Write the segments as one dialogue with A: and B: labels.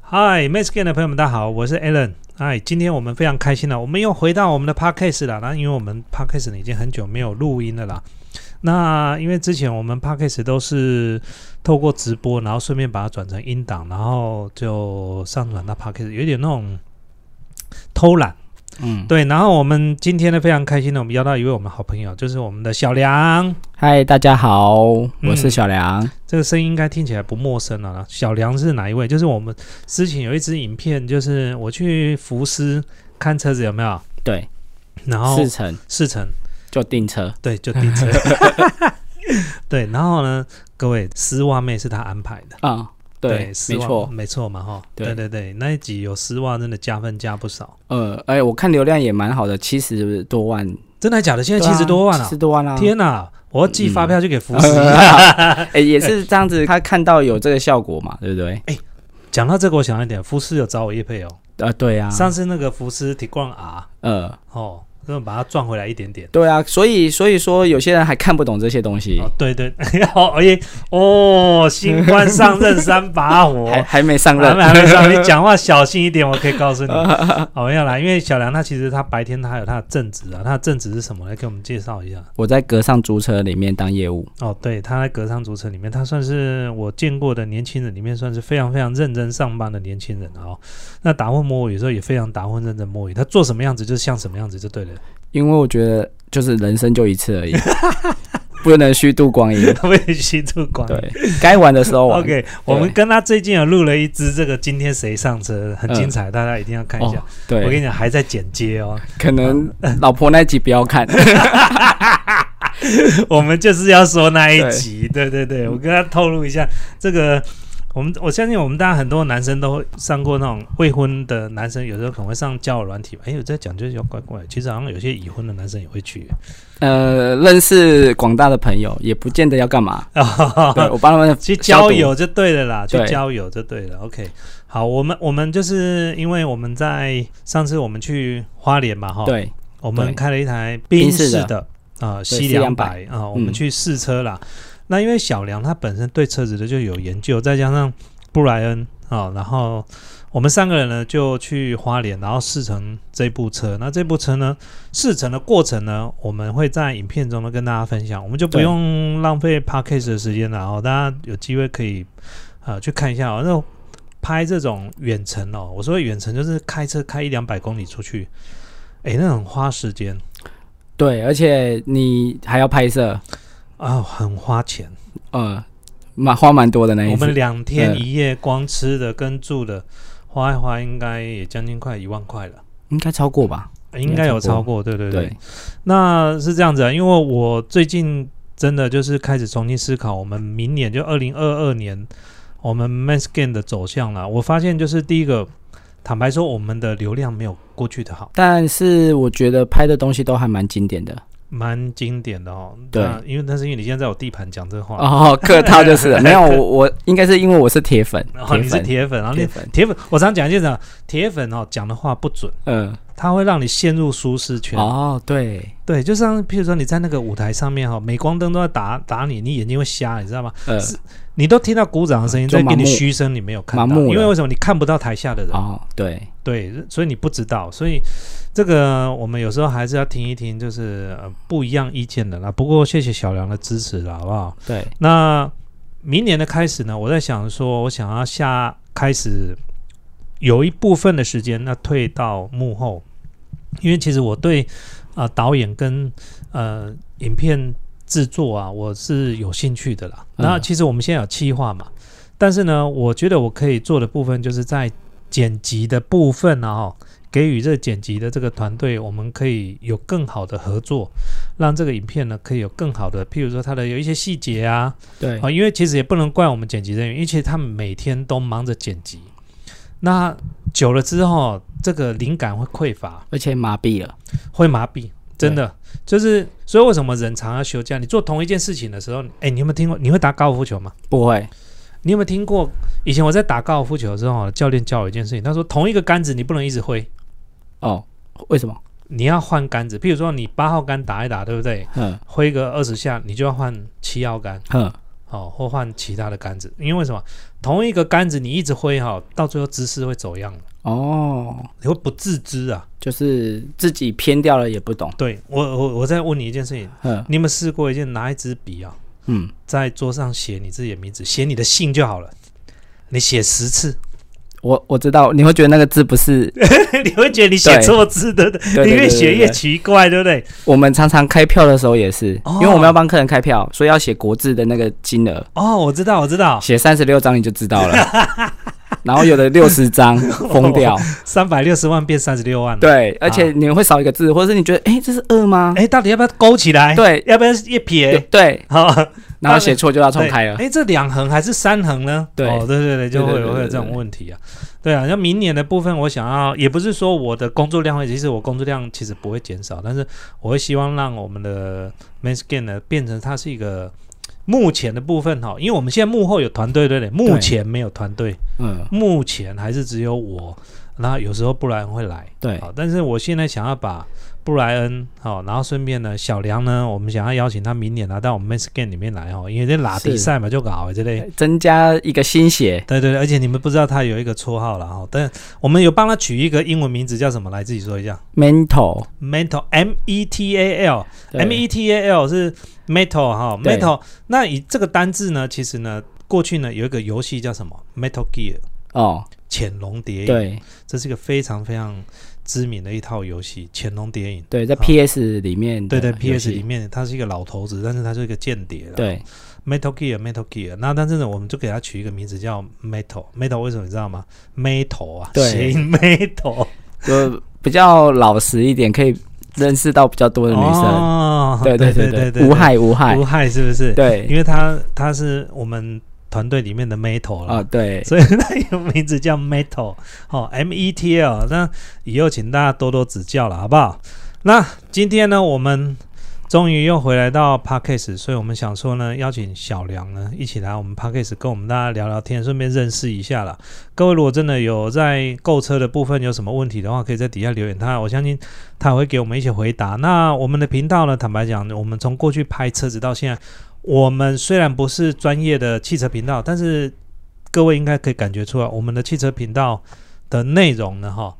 A: 嗨 m a s k i n 的朋友们，大家好，我是 Alan。嗨，今天我们非常开心了，我们又回到我们的 Podcast 了。那因为我们 Podcast 已经很久没有录音了啦。那因为之前我们 Podcast 都是透过直播，然后顺便把它转成音档，然后就上传到 Podcast，有点那种偷懒。
B: 嗯，
A: 对，然后我们今天呢非常开心的，我们邀到一位我们好朋友，就是我们的小梁。
B: 嗨，大家好，
A: 嗯
B: 我是小梁。
A: 这个声音应该听起来不陌生了啦。小梁是哪一位？就是我们之前有一支影片，就是我去福斯看车子有没有？
B: 对，
A: 然后
B: 四层
A: 试乘，
B: 就订车，
A: 对， 就订车。对，然后呢，各位丝袜妹是他安排的，
B: 嗯，对，
A: 丝
B: 没
A: 袜
B: 错，
A: 没错嘛哈。
B: 对
A: 对对对，那一集有丝袜真的加分加不少，
B: 呃，哎、我看流量也蛮好的，七十多万，
A: 真的还假的？现在
B: 对啊
A: 七十多万了、
B: 七十多万啦、啊
A: 天哪、
B: 嗯
A: 我要寄发票去给福斯。
B: 哎、也是这样子，他看到有这个效果嘛，对不对？
A: 讲到这个，我想到一点，福斯有找我叶配哦。
B: 呃，对啊，
A: 上次那个福斯提冠 R
B: 呃，
A: 哦，那我把它赚回来一点点。
B: 对啊，所以所以说有些人还看不懂这些东西，
A: 哦，对对， 哦耶，哦，新官上任三把火，
B: 还还没上
A: 还
B: 任
A: 没，还没上，你讲话小心一点，我可以告诉你。哦，没有啦，因为小梁他其实他白天他有他的正职啊，他的正职是什么？来给我们介绍一下。
B: 我在格上租车里面当业务，
A: 哦，对，他在格商足城里面，他算是我见过的年轻人里面算是非常非常认真上班的年轻人哦。那打混摸鱼的时候也非常打混认真摸鱼，他做什么样子就像什么样子就对了。
B: 因为我觉得就是人生就一次而已， 不能虚度光阴，
A: 他被吸住光。
B: 对，该玩的时候玩。
A: OK，我们跟他最近有录了一支这个今天谁上车，很精彩，大家一定要看一下。
B: 嗯哦、
A: 我跟
B: 对，
A: 你讲，还在剪接哦，
B: 可能老婆那集不要看，
A: 我们就是要说那一集，对对对，我跟
B: 嗯
A: 他透露一下，这个我们我相信我们大家很多男生都上过那种未婚的男生，有时候可能会上交友软体吧。哎，我在讲就是要怪怪，其实好像有些已婚的男生也会去。
B: 呃，认识广大的朋友也不见得要干嘛， 对我帮他们
A: 哦 去
B: 消毒
A: 交友就对了啦，去
B: 对
A: 交友就对了。OK，好，我们我们就是因为我们在上次我们去花莲嘛，哈，，
B: 对
A: 我们
B: 对
A: 开了一台宾
B: 宾士
A: 士
B: 的
A: 的啊
B: 对
A: C 两百啊，我们
B: 嗯
A: 去试车啦。那因为小梁他本身对车子的就有研究，再加上布莱恩啊，然后我们三个人呢就去花莲，然后试乘这部车。那这部车呢试乘的过程呢，我们会在影片中呢跟大家分享，我们就不
B: 对
A: 用浪费 p a c k a g e 的时间了。哦，大家有机会可以啊去看一下哦。那种拍这种远程哦，我说的远程就是开车开一两百公里出去，诶，那很花时间
B: 对，而且你还要拍摄，
A: 啊，很花钱。
B: 呃，蛮花蛮多的那一
A: 我
B: 次
A: 们，两天
B: 嗯
A: 一夜光吃的跟住的，花一花应该也将近快一万块了。
B: 应该超过吧？
A: 应该有超过，对对对。
B: 对，
A: 那是这样子啊，因为我最近真的就是开始重新思考，我们明年就二零二二年我们 Mass Gain 的走向啦。我发现就是第一个，坦白说，我们的流量没有过去的好，
B: 但是我觉得拍的东西都还蛮经典的
A: 蛮经典的哦。
B: 对
A: 那因为但是因为你现在在我地盘讲这话，
B: 哦，客套就是了没有我我应该是因为我是铁粉，
A: 然后
B: 铁
A: 哦你是
B: 粉，
A: 铁粉，然后
B: 铁
A: 你
B: 粉，
A: 铁粉，我常讲一件事啊，铁粉哦讲的话不准，
B: 嗯，
A: 他会让你陷入舒适圈。
B: 哦，对，
A: 对，就像譬如说你在那个舞台上面哈、哦，镁光灯都在打打你，你眼睛会瞎，你知道吗？
B: 呃，
A: 是你都听到鼓掌的声音，
B: 就
A: 再给
B: 麻
A: 你
B: 木
A: 嘘声，你没有看
B: 麻
A: 到，
B: 木了
A: 因为为什么你看不到台下的人？
B: 哦，对，
A: 对，所以你不知道，所以这个我们有时候还是要听一听，就是、呃、不一样意见的啦。不过谢谢小梁的支持啦，好不好？
B: 对，
A: 那明年的开始呢，我在想说，我想要下开始有一部分的时间，那退到幕后，因为其实我对啊、呃导演跟呃影片制作啊，我是有兴趣的啦。
B: 嗯
A: 那其实我们现在有企划嘛，但是呢，我觉得我可以做的部分就是在剪辑的部分啊、哦，给予这剪辑的这个团队，我们可以有更好的合作，让这个影片呢可以有更好的，譬如说它的有一些细节啊，
B: 对
A: 啊、，因为其实也不能怪我们剪辑人员，因为其实他们每天都忙着剪辑，那久了之后，这个灵感会匮乏，
B: 而且麻痹了，
A: 会麻痹，真的就是，所以为什么人常要休假？你做同一件事情的时候，哎，你有没有听过？你会打高尔夫球吗？
B: 不会，
A: 你有没有听过？以前我在打高尔夫球的时候，教练教我一件事情，他说同一个杆子你不能一直挥，
B: 哦，为什么？
A: 你要换杆子。譬如说你八号杆打一打，对不对？
B: 嗯
A: 挥个二十下，你就要换七号杆
B: 嗯，
A: 哦，或换其他的杆子，因为为什么？同一个杆子你一直挥哈，到最后姿势会走样的，
B: 哦，
A: 你会不自知啊。
B: 就是自己偏掉了也不懂，
A: 对我，我我再问你一件事情，
B: 嗯
A: 你有没有试过一件拿一支笔啊，
B: 嗯，
A: 在桌上写你自己的名字，写你的姓就好了，你写十次，
B: 我我知道，你会觉得那个字不是，
A: 你会觉得你写错字，对不对？
B: 对对
A: 你
B: 对
A: 越
B: 对
A: 写
B: 对
A: 越
B: 对
A: 奇怪，对不对？
B: 我们常常开票的时候也是，
A: 哦
B: 因为我们要帮客人开票，所以要写国字的那个金额，
A: 哦，我知道，我知道，
B: 写三十六张你就知道 了。然后有的六十张
A: 哦
B: 疯掉，
A: 三百六十万变三十六万了。，
B: 对，而且你会少一个字，或者是你觉得，哎，这是二吗？
A: 啊哎，到底要不要勾起来？，
B: 对
A: 要不要一撇？
B: 对，
A: 好，
B: 然后写错就要重开了。
A: 哎，这两横还是三横呢？
B: 啊对
A: 哦，对对对，就会
B: 对对对对
A: 会有这种问题啊。对啊，那明年的部分，我想要也不是说我的工作量会，其实我工作量其实不会减少，但是我会希望让我们的 m a n s c a n 呢变成它是一个目前的部分哈，因为我们现在幕后有团队对不对？目前没有团队，
B: 嗯，
A: 目前还是只有我，然后有时候布莱恩会来，
B: 对，
A: 好，但是我现在想要把布莱恩好、然后顺便呢，小梁呢，我们想要邀请他明年来啊到我们 Mass Game 里面来哦，因为这拉比
B: 是
A: 赛嘛，就搞了这类。
B: 增加一个新血，
A: 对对对，而且你们不知道他有一个绰号了哈、但我们有帮他取一个英文名字叫什么来？自己说一下
B: mental
A: ，Metal M E T A L
B: 对
A: M E T A L 是 Metal 哈、m
B: 对
A: e t a l 那以这个单字呢，其实呢，过去呢有一个游戏叫什么 Metal Gear
B: 哦，
A: 潜龙谍影，
B: 对
A: 这是一个非常非常知名的一套游戏，潜龙谍影。
B: 对，在
A: 好
B: PS 里面的
A: 对对
B: 游
A: ，P.S.
B: 戏
A: 里面他是一个老头子，但是他是一个间谍。
B: 对
A: ，Metal Gear，Metal Gear。那但是呢，我们就给他取一个名字叫 Metal。Metal 为什么你知道吗？Metal 啊，
B: 对
A: 谐音 Metal。
B: 就比较老实一点，可以认识到比较多的女生。
A: 哦，
B: 对
A: 对
B: 对
A: 对
B: 无，害无害
A: 无。害是不是？因
B: 对
A: 为他他是我们团队里面的 Metal
B: 啊
A: 了。
B: 对，
A: 所以 他有名字叫 Metal，哦，M E T L。那以后请大家多多指教了，好不好？那今天呢，我们终于又回来到 Parkes，所以我们想说呢，邀请小梁呢一起来我们 Parkes 跟我们大家聊聊天，顺便认识一下啦。各位如果真的有在购车的部分有什么问题的话，可以在底下留言，他我相信他会给我们一些回答。那我们的频道呢，坦白讲，我们从过去拍车子到现在。我们虽然不是专业的汽车频道，但是各位应该可以感觉出来，我们的汽车频道的内容呢，哈，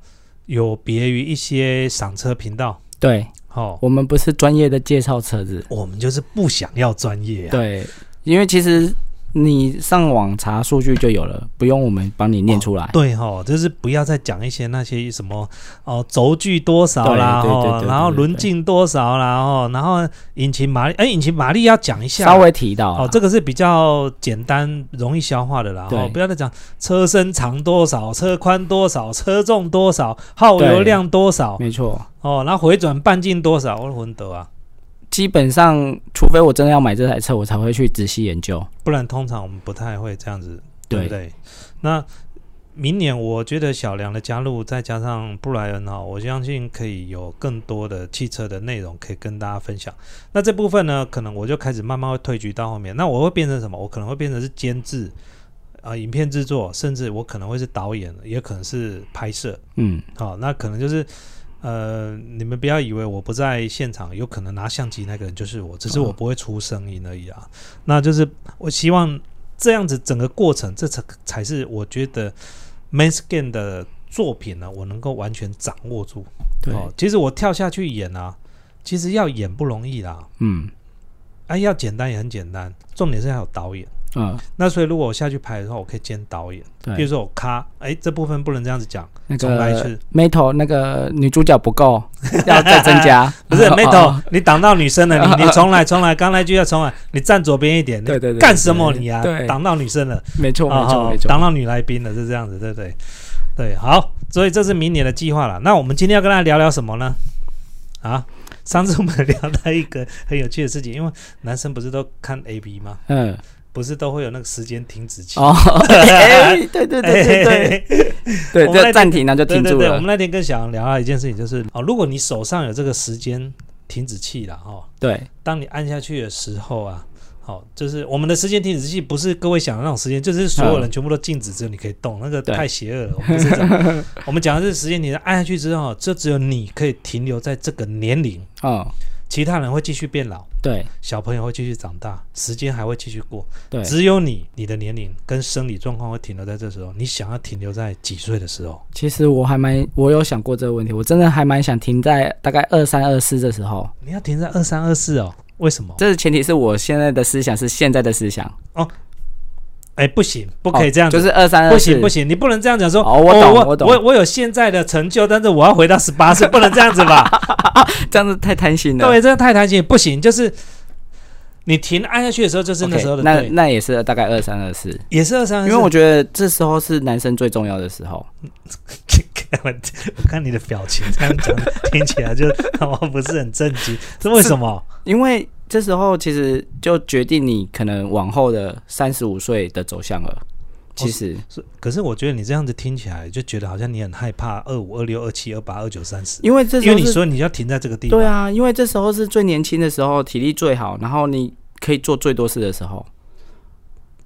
A: 有别于一些赏车频道，
B: 对
A: 哈，
B: 我们不是专业的介绍车子，
A: 我们就是不想要专业啊，
B: 对，因为其实你上网查数据就有了，不用我们帮你念出来。
A: 对哈，就是不要再讲一些那些什么哦，轴距多少啦，
B: 对对对
A: 哈，
B: 对对
A: 然后
B: 对对
A: 轮径多少啦，哦，然后引擎马力，哎，引擎马力要讲一下，
B: 稍微提到啊
A: 哦，这个是比较简单、容易消化的啦。
B: 对
A: 哦，不要再讲车身长多少、车宽多少、车重多少、耗油
B: 对
A: 量多少
B: 没错，
A: 哦，然后回转半径多少，我混得啊。
B: 基本上除非我真的要买这台车，我才会去仔细研究。
A: 不然通常我们不太会这样子，对不
B: 对
A: 对？那明年我觉得小梁的加入，再加上布莱恩哈，我相信可以有更多的汽车的内容可以跟大家分享。那这部分呢，可能我就开始慢慢会退居到后面。那我会变成什么？我可能会变成是监制。啊、影片制作，甚至我可能会是导演，也可能是拍摄，
B: 嗯，
A: 好、那可能就是，呃，你们不要以为我不在现场，有可能拿相机那个人就是我，只是我
B: 嗯
A: 不会出声音而已啊。那就是我希望这样子整个过程，这才才是我觉得 Man Scan 的作品呢，我能够完全掌握住。
B: 对，
A: 哦，其实我跳下去演啊，其实要演不容易啦，
B: 嗯
A: 哎、要简单也很简单，重点是要有导演。
B: 嗯，
A: 那所以如果我下去拍的话，我可以兼导演，比如
B: 对，
A: 说我咔，哎、这部分不能这样子讲，
B: 那
A: 重来一
B: 个
A: 次
B: Metal 那个女主角 不够，要再增加。
A: 不是
B: 哦
A: Metal，你挡到女生了，你你重来重来，刚才就要重来，你站左边一点，
B: 啊对对对
A: 你干什么你啊
B: 对？
A: 挡到女生了，
B: 没错没
A: 哦
B: 错没错。
A: 挡到女来宾了，是这样子，对不对？对，好，所以这是明年的计划了。那我们今天要跟大家聊聊什么呢？啊，上次我们聊到一个很有趣的事情，因为男生不是都看 A B 吗？
B: 嗯，
A: 不是都会有那个时间停止器？
B: 哦，哎对对
A: 嘿
B: 对
A: 嘿
B: 对对
A: 嘿
B: 对，
A: 哎我们来
B: 就暂停了就
A: 对
B: 停
A: 对
B: 住
A: 对，我们
B: 了。
A: 那天跟小杨聊到一件事情，就是哦，如果你手上有这个时间停止器了哦，
B: 对
A: 当你按下去的时候啊，好、就是我们的时间停止器不是各位想的那种时间，就是所有人全部都静止，只有你可以动，那个
B: 对
A: 太邪恶了。 我们不是这样，我们讲的是时间停止，按下去之后，就只有你可以停留在这个年龄，
B: 哦，
A: 其他人会继续变老，
B: 对
A: 小朋友会继续长大，时间还会继续过。
B: 对，
A: 只有你，你的年龄跟生理状况会停留在这时候。你想要停留在几岁的时候？
B: 其实我还蛮，我有想过这个问题，我真的还蛮想停在大概二三二四这时候。
A: 你要停在二三二四哦？为什么？
B: 这前提是我现在的思想是现在的思想，
A: 哎，不行，不可以这样
B: 哦
A: 子。
B: 就是二三二四，
A: 不行不行，你不能这样讲说。
B: 哦我懂
A: 我
B: 我懂
A: 我我有现在的成就，但是我要回到十八岁， 不能这样子 吧？
B: 这样子太贪心了。
A: 对，这个太贪心，不行。就是你停按下去的时候，就是那
B: OK，
A: 时候的
B: 那
A: 对，
B: 那也是大概二三二四，
A: 也是二三二
B: 因
A: 四。
B: 为我觉得这时候是男生最重要的时候。
A: 我 看你的表情，这样讲听起来就 让我不是很震惊，是为什么？
B: 因为这时候其实就决定你可能往后的三十五岁的走向了。其实，
A: 是，可是我觉得你这样子听起来，就觉得好像你很害怕二五、二六、二七、二八、二九、三十，
B: 因为这时
A: 因
B: 候
A: 为你
B: 是
A: 说你要停在这个地方。
B: 对啊，因为这时候是最年轻的时候，体力最好，然后你可以做最多事的时候。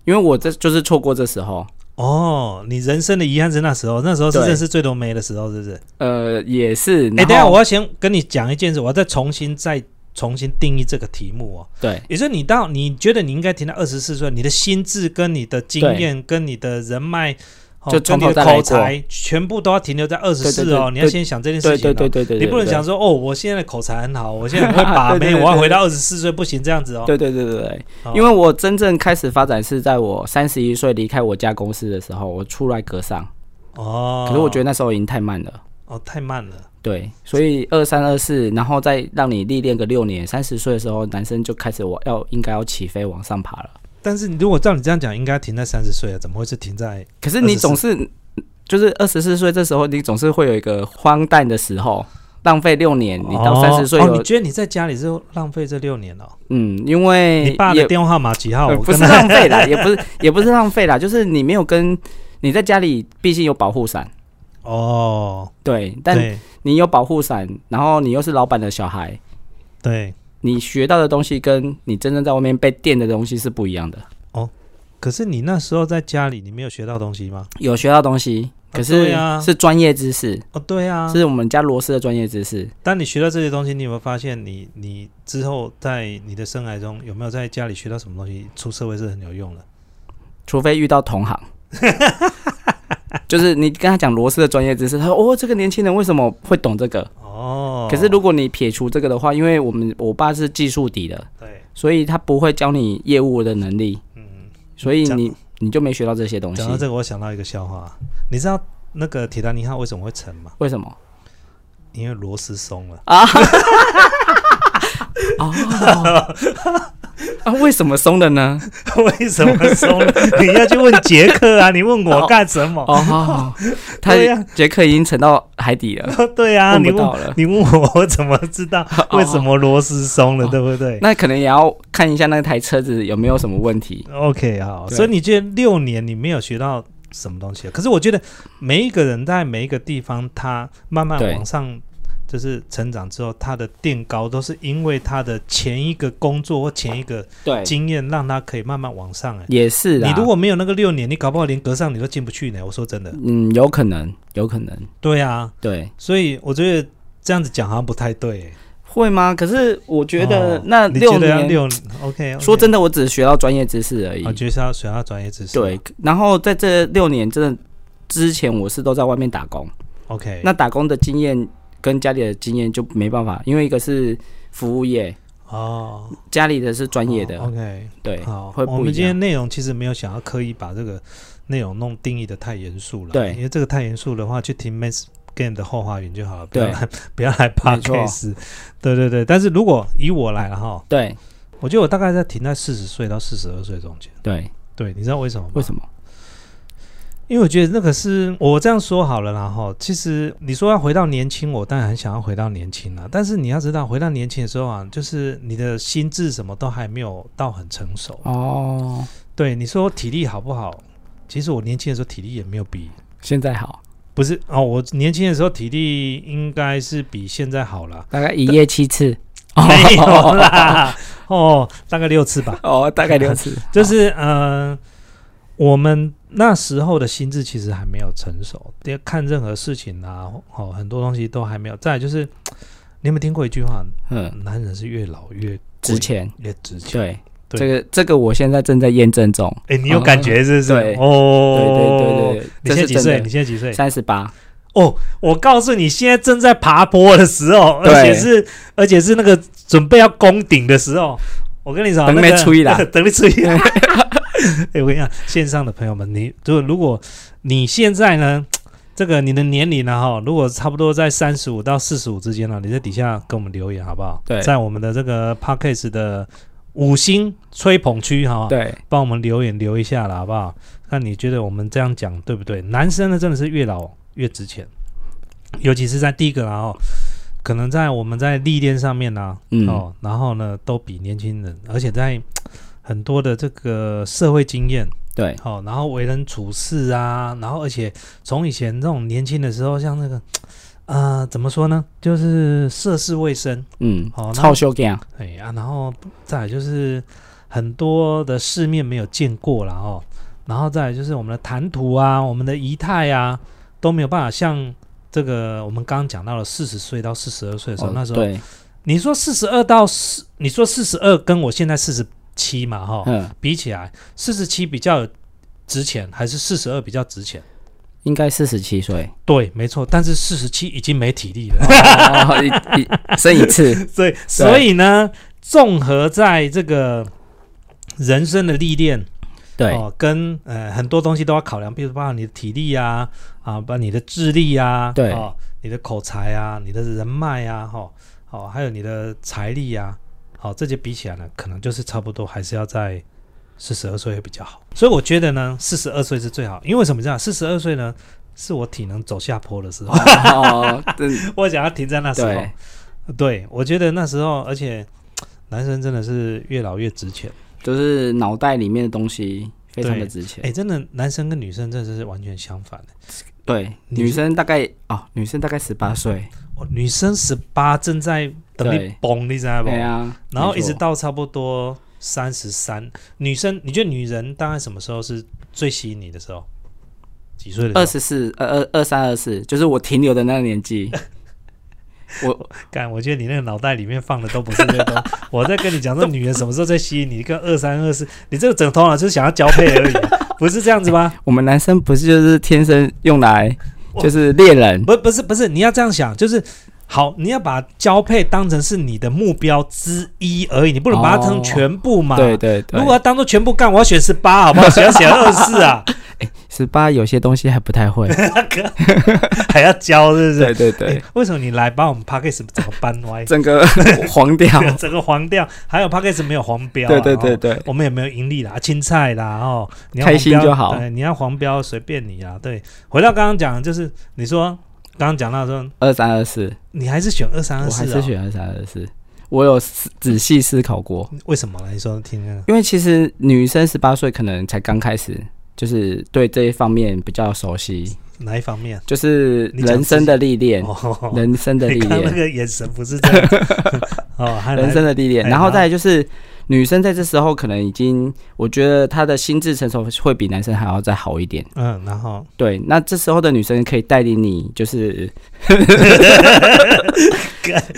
B: 因为我这就是错过这时候，
A: 哦，你人生的遗憾是那时候，那时候是
B: 对
A: 认识最多妹的时候，是不是？
B: 呃，也是。
A: 哎、
B: 然
A: 等一下
B: 后
A: 我要先跟你讲一件事，我要再重新再重新定义这个题目哦。
B: 对
A: 也就是你到你觉得你应该停到二十四岁，你的心智跟你的经验跟你的人脉。哦
B: 就
A: 跟
B: 从
A: 你的
B: 头再来
A: 口才，全部都要停留在二十
B: 对对
A: 四
B: 对
A: 哦。你要
B: 对
A: 先想这件事
B: 对
A: 情、
B: 对
A: 哦，
B: 对对对，
A: 你不能
B: 对
A: 想说哦，我现在的口才很好，我现在 很会把
B: 对对
A: 妹，
B: 对
A: 我要
B: 对
A: 回到二十四岁，不行这样子哦。
B: 对对对对对
A: 哦，
B: 因为我真正开始发展是在我三十一岁离开我家公司的时候，我出来格上，
A: 哦，
B: 可是我觉得
A: 得
B: 那时候已经太慢了。
A: 哦太慢了。
B: 对，所以二三二四，然后再让你历练个六年，三十岁的时候，男生就开始我要应该要起飞往上爬了。
A: 但是如果照你这样讲，应该停在三十岁啊，怎么会是停在？
B: 可是你
A: 24
B: 总是就是二十四岁这时候，你总是会有一个荒诞的时候，浪费六年，你到三十岁
A: 哦
B: 有、
A: 哦，你觉得你在家里是浪费这六年哦？
B: 嗯，因为
A: 你爸
B: 也
A: 的电哦话号码几号？
B: 呃
A: 我
B: 不
A: 跟
B: 是
A: 他
B: 浪费啦，也 不是也不是浪费啦，就是你没有跟你在家里，毕竟有保护伞，
A: 哦，
B: 对，但
A: 对
B: 你有保护伞，然后你又是老板的小孩，
A: 对。
B: 你学到的东西跟你真正在外面被电的东西是不一样的。
A: 可是你那时候在家里，你没有学到东西吗？
B: 有学到东西，
A: 啊
B: 可
A: 对
B: 是
A: 啊
B: 是专业知识，
A: 哦，对啊。
B: 是我们家罗斯的专业知识。
A: 当你学到这些东西，你有没有发现你，你之后在你的生涯中有没有在家里学到什么东西，出社会是很有用的？
B: 除非遇到同 行，就是你跟他讲罗斯的专业知识，他说：“哦，这个年轻人为什么会懂这个？”
A: 哦。
B: 可是如果你撇除这个的话，因为我们我爸是技术底的，
A: 对，
B: 所以他不会教你业务的能力，
A: 嗯，
B: 所以
A: 讲
B: 你你就没学到这些东西
A: 讲。到这个，我想到一个笑话。你知道那个铁达尼号为什么会沉吗？
B: 为什么？
A: 因为螺丝松了。
B: 啊，为什么松的呢？
A: 为什么松了？ 你要去问杰克啊！你问我
B: 哦
A: 干什么？
B: 哦，好好 好他
A: 对呀
B: 杰克已经沉到海底了，
A: 对啊，
B: 问
A: 你
B: 不
A: 问
B: 到了。
A: 你问我，我怎么知 道为什么螺丝松了，
B: 哦
A: 对不对
B: 那可能也要看一下那台车子有没有什么问题。
A: ？OK，好，
B: 对
A: 所以你觉得六年你没有学到什么东西？啊可是我觉得每一个人在每一个地方，他慢慢
B: 对
A: 往上。就是成长之后，他的垫高都是因为他的前一个工作或前一个
B: 对
A: 经验，让他可以慢慢往上、哎，
B: 也是啊啦。
A: 你如果没有那个六年，你搞不好连格上你都进不去呢。我说真的，
B: 嗯，有可能，有可能，
A: 对啊，
B: 对，
A: 所以我觉得这样子讲好像不太对、哎
B: 会吗？可是我觉得、
A: 哦
B: 那
A: 你
B: 六
A: 觉得要
B: 年，哦
A: 六 OK，,
B: 说真的，我只学到专业知识而已。
A: 我觉得是要学到专业知识。
B: 对，然后在这六年真的之前，我是都在外面打工。
A: ，OK，
B: 那打工的经验跟家里的经验就没办法，因为一个是服务业，
A: 哦，
B: 家里的是专业的，
A: 哦 OK，
B: 对，
A: 好，
B: 会
A: 我
B: 不
A: 们
B: 一
A: 今
B: 样。
A: 天内容其实没有想要刻意把这个内容弄定义的太严肃了，
B: 对
A: 因为这个太严肃的话，去听 Mass Game 的后花园就好了，不要
B: 对
A: 来不要来
B: 没错
A: Podcast，对对对。但是如果以我来了哈，
B: 对
A: 我觉得我大概在停在四十岁到四十二岁中间。
B: 对，
A: 对，你知道为什么吗？
B: 为什么？
A: 因为我觉得那个是我这样说好了啦哈。其实你说要回到年轻，我当然很想要回到年轻啦。但是你要知道，回到年轻的时候啊，就是你的心智什么都还没有到很成熟。
B: 哦，
A: 对，你说体力好不好？其实我年轻的时候体力也没有比，
B: 现在好，
A: 不是哦，我年轻的时候体力应该是比现在好啦。
B: 大概一夜七次。
A: 没有啦，哦，大概六次吧。
B: 哦，大概六次，
A: 就是呃，我们那时候的心智其实还没有成熟，要看任何事情啊，哦，很多东西都还没有。再来就是你有没有听过一句话？
B: 嗯，
A: 男人是越老越
B: 值钱。
A: 越值钱。对
B: 对，这个这个我现在正在验证中。
A: 哎、你有感觉是不是？
B: 对对
A: 哦，
B: 对对对，
A: 你现在
B: 这
A: 几
B: 是
A: 岁？
B: 真
A: 你
B: 的。
A: 现在几岁？
B: 三十八，
A: 哦，我告诉你，现在正在爬坡的时候，
B: 对
A: 而且是而且是那个准备要攻顶的时候。我跟你讲，
B: 等
A: 那个
B: 你吹啦
A: 等你吹啦。哎、我跟你讲，线上的朋友们，你就如果你现在呢，这个你的年龄呢，哈，如果差不多在三十五到四十五之间呢，啊你在底下跟我们留言好不好？
B: 对
A: 在我们的这个 p a c k a g e 的五星吹捧区哈，
B: 对
A: 帮我们留言留一下啦，好不好？看你觉得我们这样讲对不对？男生呢，真的是越老越值钱，尤其是在第一个然后可能在我们在历练上面呢、
B: 嗯
A: 哦，然后呢都比年轻人，而且在很多的这个社会经验，
B: 对，
A: 哦，然后为人处事啊，然后而且从以前这种年轻的时候，像那个呃，怎么说呢，就是涉世未深，
B: 嗯
A: 好，那
B: 超修干，
A: 哎呀、然后再来就是很多的世面没有见过了哦，然后再来就是我们的谈吐啊，我们的仪态啊，都没有办法像这个我们刚刚讲到了四十岁到四十二岁的时候，
B: 哦
A: 那时候
B: 对，
A: 你说四十二到四，你说四十二跟我现在四十七嘛哈、
B: 嗯，
A: 比起来，四十七比较值钱，还是四十二比较值钱？
B: 应该四十 七岁，
A: 对，没错，但是四十七已经没体力了。
B: 哦一一生一次，
A: 所以所以呢，综合在这个人生的历练
B: 对，
A: 哦，跟呃很多东西都要考量，比如包括你的体力啊，啊，把你的智力啊，
B: 对
A: 哦，你的口才啊，你的人脉啊，哈、哦，还有你的财力啊，好、这些比起来呢，可能就是差不多，还是要在四十二岁会比较好。所以我觉得呢，四十二岁是最好，因为为什么这样？四十二岁呢，是我体能走下坡的时候，
B: 哦，对
A: 我想要停在 那时候
B: 对。，
A: 对，我觉得那时候，而且男生真的是越老越值钱。
B: 就是脑袋里面的东西非常的值
A: 哎、
B: 钱。
A: 真的，男生跟女生真的是完全相反的。
B: 对，
A: 你是
B: 女生大概哦，女生大概十八岁，
A: 哦，女生十八正在等你
B: 对
A: 崩，你知道不？
B: 对啊，
A: 然后一直
B: 没错
A: 到差不多三十三，女生，你觉得女人大概什么时候是最吸引你的时候？几岁的
B: 二
A: 时
B: 十四、二二二三、二四，就是我停留的那个年 纪。我
A: 候？干，我觉得你那个脑袋里面放的都不是这些 东西。我在跟你讲，这女人什么时候最吸引你？跟二三二四，你这个整头脑就是想要交配而已啊、不是这样子吗？
B: 我们男生不是就是天生用来
A: 哇
B: 就是猎人，
A: 不，不是，不是，你要这样想，就是好，你要把交配当成是你的目标之一而已，你不能把它当成全部嘛。
B: 哦对对对。
A: 如果要当做全部干，我要选十八，好不好？谁要选二四 啊？
B: 十八有些东西还不太会，
A: 还要教，是不是？
B: 对对
A: 诶
B: 对，
A: 为什么你来把我们 p a c k a g e 整个搬歪，
B: 整个黄掉，
A: 整个黄掉？还有 p a c k a g e 没有黄标、啊，
B: 对对对
A: 哦。
B: 对，
A: 我们也没有盈利啦，青菜啦，哦，你要
B: 开心
A: 黄标
B: 就好
A: 对，你要黄标随便你啊。对，回到刚刚讲，就是你说刚刚讲到说，
B: 二三二四，
A: 你还是选二三二
B: 我
A: 四
B: 还
A: 啊？
B: 是选二三二四，我有思仔细思考过，
A: 为什么呢？你说听听看。
B: 因为其实女生十八岁可能才刚开始，就是对这一方面比较熟悉，
A: 哪一方面？
B: 就是
A: 你讲
B: 人生的历练，
A: 哦，
B: 人生的历
A: 你看那
B: 练，
A: 个眼神不是这样 哦，还来
B: 人生的历练，
A: 哎
B: 然后
A: 然后
B: 再来就是女生在这时候可能已经，我觉得她的心智成熟会比男生还要再好一点。
A: 嗯，然后
B: 对，那这时候的女生可以带领你，就是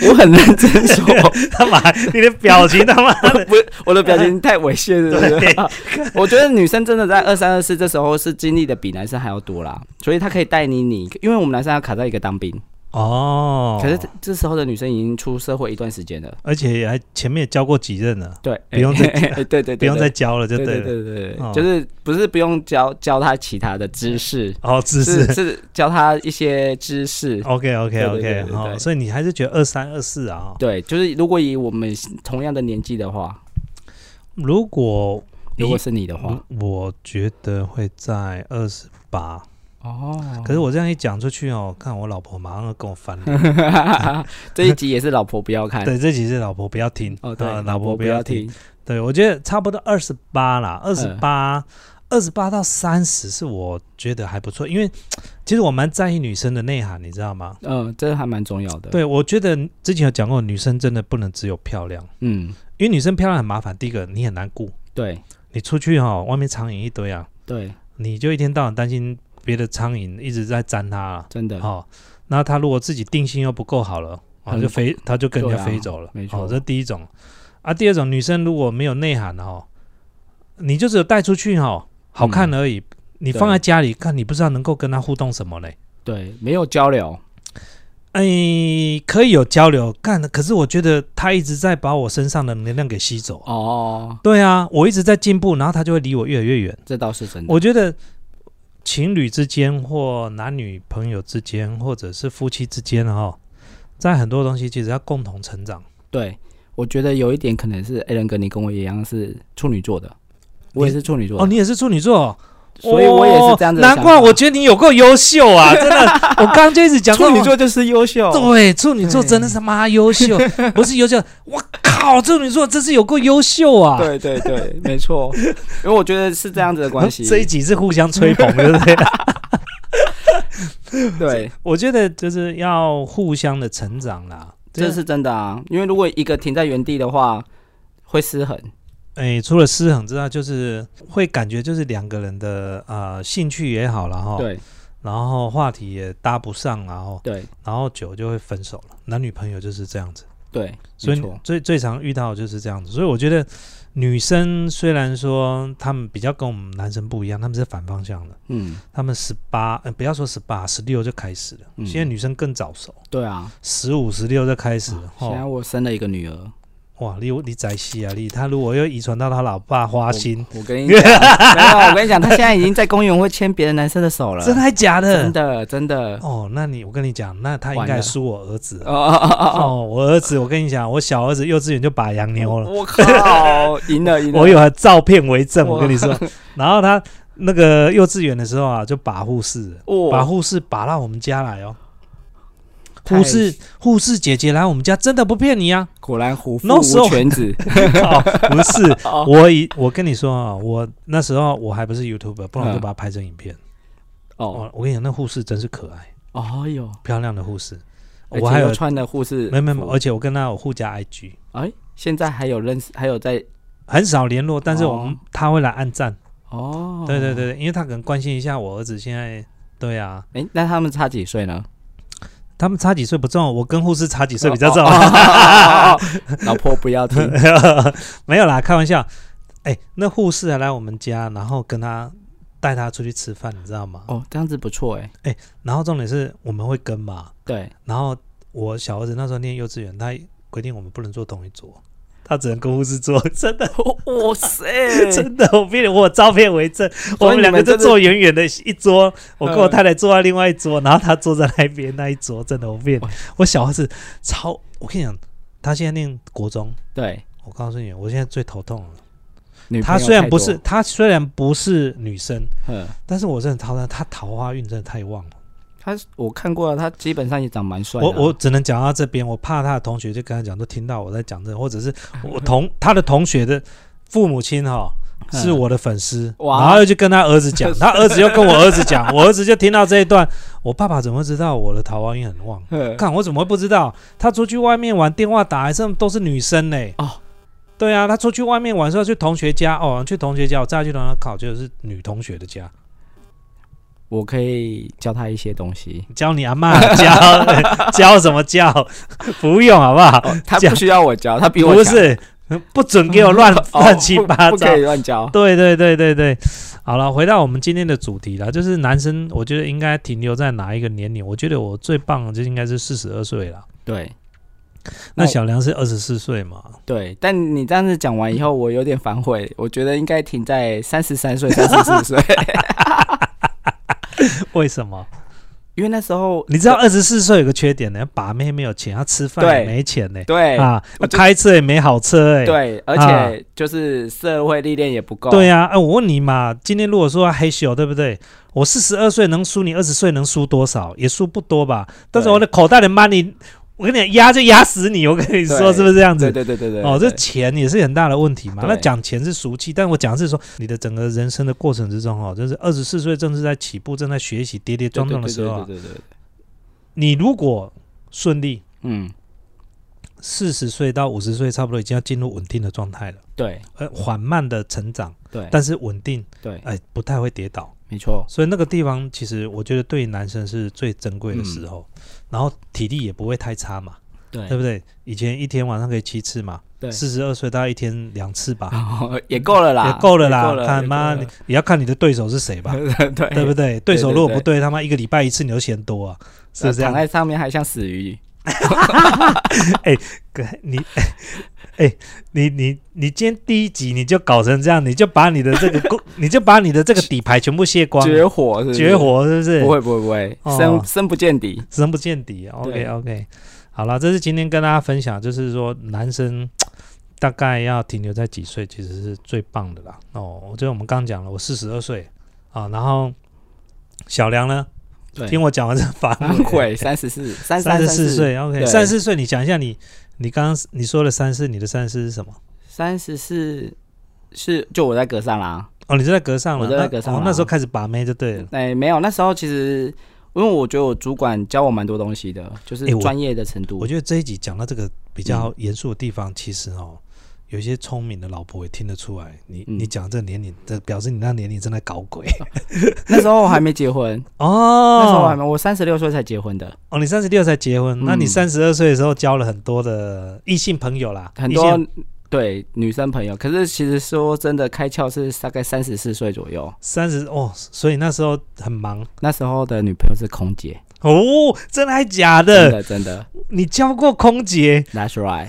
B: 我很认真说，
A: 他妈你的表情他妈 的，
B: 不，我的表情太猥亵了是不是。 我觉得女生真的在二三二四这时候是经历的比男生还要多啦，所以她可以带你你，因为我们男生要卡在一个当兵，
A: 哦，
B: 可是这这时候的女生已经出社会一段时间了，
A: 而且还前面也教过几任了，
B: 对，
A: 不用再
B: 对对对，
A: 不用再教了就
B: 对
A: 对
B: 对
A: 了。
B: 对对
A: 哦
B: 对，就是不是不用教教她其他的知识，
A: 哦，只
B: 是
A: 是
B: 是教她一些知识。
A: OK OK
B: 对对
A: OK，
B: 对对
A: 好，
B: 对
A: 所以你还是觉得二三二四啊？哦
B: 对，就是如果以我们同样的年纪的话，
A: 如果
B: 如果是你的话，
A: 我觉得会在二十八，
B: 哦，
A: 嗯可是我这样一讲出去哦，看我老婆马上就跟我翻脸。
B: 这一集也是老婆不要看。
A: 对，这集是老婆不要听
B: 哦，对
A: 啊，
B: 老
A: 老婆
B: 不
A: 不
B: 要
A: 要听。
B: 听。
A: 对，我觉得差不多二十八啦，二十八，二十八到三十是我觉得还不错，因为其实我蛮在意女生的内涵，你知道吗？
B: 嗯，这还蛮重要的。，
A: 对，我觉得之前有讲过，女生真的不能只有漂亮，
B: 嗯，
A: 因为女生漂亮很麻烦。第一个，你很难顾，
B: 对
A: 你出去哈、外面苍蝇一堆啊，
B: 对，
A: 你就一天到晚担心别的苍蝇一直在粘她、啊，
B: 真的。
A: 哦，那她如果自己定性又不够好了，哦，就飞，他就跟人家
B: 对
A: 飞
B: 啊
A: 走了。
B: 没
A: 哦
B: 错，
A: 这第一种。啊，第二种，女生如果没有内涵哦，你就只有带出去哦，好看
B: 嗯
A: 而已。你放在家里看，你不知道能够跟她互动什么嘞。
B: 对，没有交流，
A: 哎，可以有交流，干。可是我觉得她一直在把我身上的能量给吸走。
B: 哦，
A: 对啊，我一直在进步，然后她就会离我越来越远。
B: 这倒是真的。
A: 我觉得情侣之间或男女朋友之间，或者是夫妻之间哦，在很多东西其实要共同成长。
B: 对，我觉得有一点可能是 a l 哥，你跟我一样是处女座的，我也是处女座
A: 哦，
B: 的，
A: 你也是处女座哦、
B: 所以我也是这样
A: 哦
B: 子的想法。
A: 难怪我觉得你有够优秀 啊！真的，我刚刚就一直讲
B: 处女，座就是优秀，
A: 对，处女座真的是妈优秀，不是优秀，我靠，处女座真是有够优秀啊！
B: 对对对，没错，因为我觉得是这样子的关系。
A: 这一集是互相吹捧，对不对？
B: 对，
A: 我觉得就是要互相的成长啦。
B: 这是真的啊，因为如果一个停在原地的话，会失衡。
A: 哎，除了失衡之外，就是会感觉就是两个人的呃兴趣也好了哈，
B: 对
A: 然后话题也搭不上，然后
B: 对
A: 然后久就会分手了。男女朋友就是这样子。
B: 对，
A: 所
B: 没
A: 以
B: 错，
A: 最最常遇到的就是这样子。所以我觉得女生虽然说她们比较跟我们男生不一样，她们是反方向的，
B: 嗯，
A: 她们十八、呃，不要说十八，十六就开始了。
B: 嗯
A: 现在女生更早熟，
B: 对啊。
A: 十五、十六就开始了。
B: 现在
A: 哦
B: 我生了一个女儿，
A: 哇，你你宅系啊，你她如果又遗传到她老爸花心，
B: 我跟 你讲，没有，我跟你讲，她现在已经在公园会牵别的男生的手了，
A: 真的还假的？
B: 真的真的
A: 哦，那你我跟你讲，那她应
B: 呃完
A: 该
B: 了
A: 输我儿子了。
B: 哦哦哦哦哦，
A: 哦，我儿子，我跟你讲，我小儿子幼稚园就把洋妞了。
B: 我靠，赢了赢 了！
A: 我有了照片为证，
B: 哦哇
A: 我跟你 说。然后他那个幼稚园的时候啊，就把护士了，把
B: 哇，
A: 护士把到我们家来哦。
B: 太
A: 护士护士姐姐来我们家，真的不骗你 啊！
B: 果然虎父
A: 那时候
B: 无 犬子，
A: 靠不是
B: 哦
A: 我以我跟你说啊，我那时候我还不是 YouTuber，不然我就把它拍成影片。
B: 嗯哦
A: 哦，我跟你讲，那护士真是可爱，
B: 哦哟，
A: 漂亮的护士。
B: 而
A: 我
B: 且
A: 还有
B: 又穿的护士服，
A: 没有没有，而且我跟她有互加 IG，
B: 哎，现在还有认识，还有在
A: 很少联络，但是我们
B: 哦
A: 她会来按赞。
B: 哦，
A: 对对，对，因为她可能关心一下我儿子现在。对啊，
B: 哎，那他们差几岁呢？
A: 他们差几岁不重要，我跟护士差几岁比较重
B: 哦
A: 要。
B: 哦哦哦哦老婆不要听，
A: 没有啦，开玩笑。哎，那护士还来我们家，然后跟他带他出去吃饭，你知道吗？
B: 哦，这样子不错哎，
A: 然后重点是我们会跟嘛，
B: 对，
A: 然后我小儿子那时候念幼稚园，他规定我们不能坐同一桌。他只能跟护士坐，真的，
B: 哇塞
A: 真的，我骗你，我有照片为证，我
B: 所以
A: 们两个
B: 你们
A: 就
B: 真的
A: 坐远远的一桌，我跟我
B: 嗯
A: 太太坐在另外一桌，然后他坐在那边那一桌，真的，我骗你
B: 哇，
A: 我小儿子超，我跟你讲，他现在念国中，
B: 对，
A: 我告诉你，我现在最头痛了。
B: 女朋
A: 她
B: 友
A: 虽然
B: 太
A: 不
B: 多
A: 是，她虽然不是女生，
B: 嗯，
A: 但是我真的超她，她桃花运真的太旺了。
B: 他我看过了，他基本上也长蛮帅的
A: 我
B: 啊，
A: 我只能讲到这边，我怕她的同学就跟她讲，都听到我在讲这个，或者是我同她的同学的父母亲哈。
B: 嗯
A: 是我的粉丝，
B: 哇
A: 然后又去跟他儿子 讲，他儿子又跟我儿子讲，我儿子就听到这一段，我爸爸怎么会知道我的桃花运很旺？
B: 嗯
A: 看我怎么会不知道？他出去外面玩，电话打来这都是女生嘞、
B: 哦。
A: 对啊，他出去外面玩是要去同学家哦，去同学家，我再去同他考，就是女同学的家，
B: 我可以教他一些东西，
A: 教你阿妈教 教什么教？不用好不好？
B: 他
A: 讲
B: 不需要我教，他比我
A: 不
B: 强
A: 是，不准给我乱
B: 哦
A: 乱七
B: 不
A: 八
B: 不
A: 糟
B: 可。以乱教。
A: 对对对对对，好了，回到我们今天的主题啦，就是男生，我觉得应该停留在哪一个年龄？我觉得我最棒的就应该是四十二岁啦。
B: 对
A: 那
B: 我
A: 小梁是二十四岁嘛？
B: 对，但你这样子讲完以后，我有点反悔，我觉得应该停在三十三岁、三十四岁，
A: 为什么？
B: 因为那时候
A: 你知道二十四岁有个缺点呢，把妹没有钱，要吃饭也
B: 对
A: 没钱呢。
B: 对、
A: 啊，那
B: 我就
A: 开车也没好车哎、
B: 对，而
A: 啊
B: 且就是社会历练也不够。
A: 对呀、啊，哎、我问你嘛，今天如果说黑咻，对不对？我四十二岁能输你二十岁，能输多少？也输不多吧。但是
B: 对
A: 我的口袋的 money，我跟你讲，压就压死你。我跟你说，
B: 对
A: 是不是这样
B: 对
A: 子？
B: 对对对对
A: 哦，这
B: 对
A: 钱也是很大的问题嘛。
B: 对
A: 那讲钱是俗气，但我讲的是说你的整个人生的过程之中哦，就是二十四岁正是在起步、正在学习、跌跌
B: 对
A: 撞撞的时候、啊，
B: 对对对对对对
A: 你如果顺利，
B: 嗯，
A: 四十岁到五十岁差不多已经要进入稳定的状态了，
B: 对
A: 呃，缓慢的成长，
B: 对
A: 但是稳定。
B: 对，
A: 哎，不太会跌倒，
B: 没错，
A: 所以那个地方其实我觉得对男生是最珍贵的时候，然后体力也不会太差嘛，
B: 嗯对
A: 对不对？以前一天晚上可以七次嘛，
B: 对
A: 四十二岁大概一天两次吧，
B: 哦 也够了啦，
A: 也够了啦。
B: 也够
A: 看妈，
B: 也
A: 你也要看你的对手是谁 吧，
B: 够了 对
A: 对不
B: 对？
A: 对？对手如果
B: 对
A: 不对，他妈一个礼拜一次你就嫌多啊，是不是这
B: 躺
A: 样？
B: 在上面还像死鱼，
A: 你，哎、你你你今天第一集你就搞成这样，你就把你的这个故， 你就把你的这个底牌全部卸光，
B: 绝活是不是
A: 绝，活是不是？
B: 不会不会不会，
A: 哦
B: 深深不见底，
A: 深不见底。OK
B: 对
A: OK，好了，这是今天跟大家分享，就是说男生大概要停留在几岁，其实是最棒的啦。哦，我觉得我们刚讲了，我四十二岁啊，然后小梁呢，
B: 对
A: 听我讲完这反
B: 反悔三十四三
A: 三十四
B: 四
A: 岁，OK，
B: 对
A: 三十四岁，你讲一下你你刚刚你说的三四，你的三四是什么？
B: 三十四是就我在格上啦，
A: 哦，你就在格上了，
B: 我就在
A: 那
B: 格上
A: 哦
B: 了，啊
A: 那时候开始把妹就对了。
B: 哎没有那时候其实因为我觉得我主管教我蛮多东西的，就是
A: 哎我
B: 专业的程度嗯
A: 我，觉得这一集讲到这个比较严肃的地方，其实哦，有一些聪明的老婆也听得出来，你、
B: 嗯
A: 你讲这年龄，这表示你那年龄正在搞 鬼
B: 那时候我还没结 婚，那时候我还
A: 哦。
B: 没我三十六岁才结婚的，
A: 哦，你三十六才结婚，那你
B: 嗯
A: 三十二岁的时候交了很多的异性朋友啦，
B: 很
A: 异
B: 多
A: 性
B: 对女生朋友，可是其实说真的，开窍是大概三十四岁左右，
A: 三十哦，所以那时候很忙
B: 那时候的女朋友是空姐，
A: 哦，真的还假
B: 真
A: 的？
B: 的真的
A: 你交过空姐？
B: ，That's right，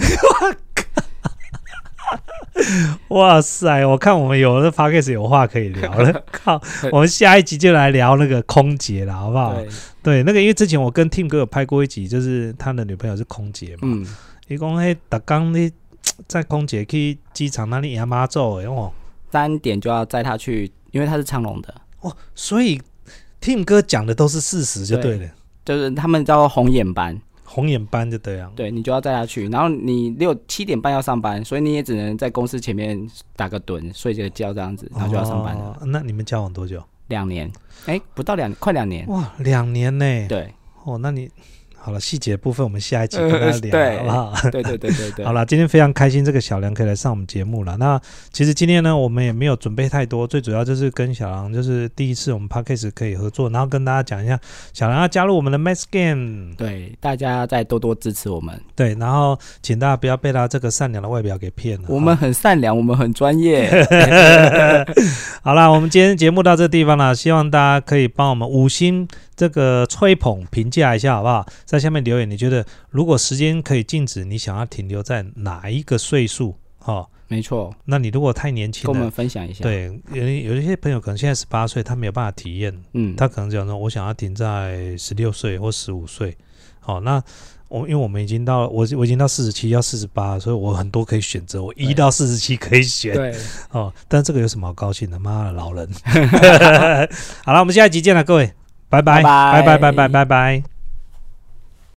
A: 哇塞，我看我们有的 p o d c a s 有话可以聊 了，靠，我们下一集就来聊那个空姐啦， 好不好？
B: 对，
A: 对，那个因为之前我跟 Tim 哥有拍过一集，就是他的女朋友是空姐嘛，
B: 嗯，
A: 伊讲迄逐工你在空姐去机场那里亚妈做的哦，
B: 三点就要载她去，因为她是长隆的，
A: 哦，所以 Tim 哥讲的都是事实就对了，
B: 就是他们叫红眼班，
A: 红眼班就对啊，
B: 对你就要载她去，然后你六七点半要上班，所以你也只能在公司前面打个盹，睡个觉这样子，然后就要上班了，
A: 哦那你们交往多久？
B: 两年，哎，不到两，快两年，
A: 哇，两年呢。
B: 对，
A: 哦，那你好了，细节的部分我们下一 集跟大家
B: 呃
A: 聊、
B: 对
A: 好不好？
B: 对对对对对，
A: 好，啦，今天非常开心，这个小梁可以来上我们节目了。那其实今天呢，我们也没有准备太多，最主要就是跟小梁就是第一次我们 p a c k a g e 可以合作，然后跟大家讲一下，小梁要加入我们的 Max Game，
B: 对，大家再多多支持我们，
A: 对，然后请大家不要被他这个善良的外表给骗了。
B: 我们很善良，我们很 专业。
A: 好啦，我们今天节目到这地方了，希望大家可以帮我们五星这个吹捧评价一下，好不好？在下面留言，你觉得如果时间可以静止，你想要停留在哪一个岁数？哦，
B: 没错，
A: 那你如果太年轻
B: 跟我
A: 了
B: 们。分享一下。，
A: 对，有一有一些朋友可能现在十八岁，他没有办法体验，
B: 嗯，
A: 他可能讲说，我想要停在十六岁或十五岁。好，那我因为我们已经到了我我已经到四十七，要四十八，所以我很多可以选择，我一
B: 对
A: 到四十七可以选。
B: 对，
A: 哦，但这个有什么好高兴的？妈的， 老人。好了，我们下一集见了，各位，拜拜，
B: 拜
A: 拜
B: 拜
A: 拜，拜拜，拜拜。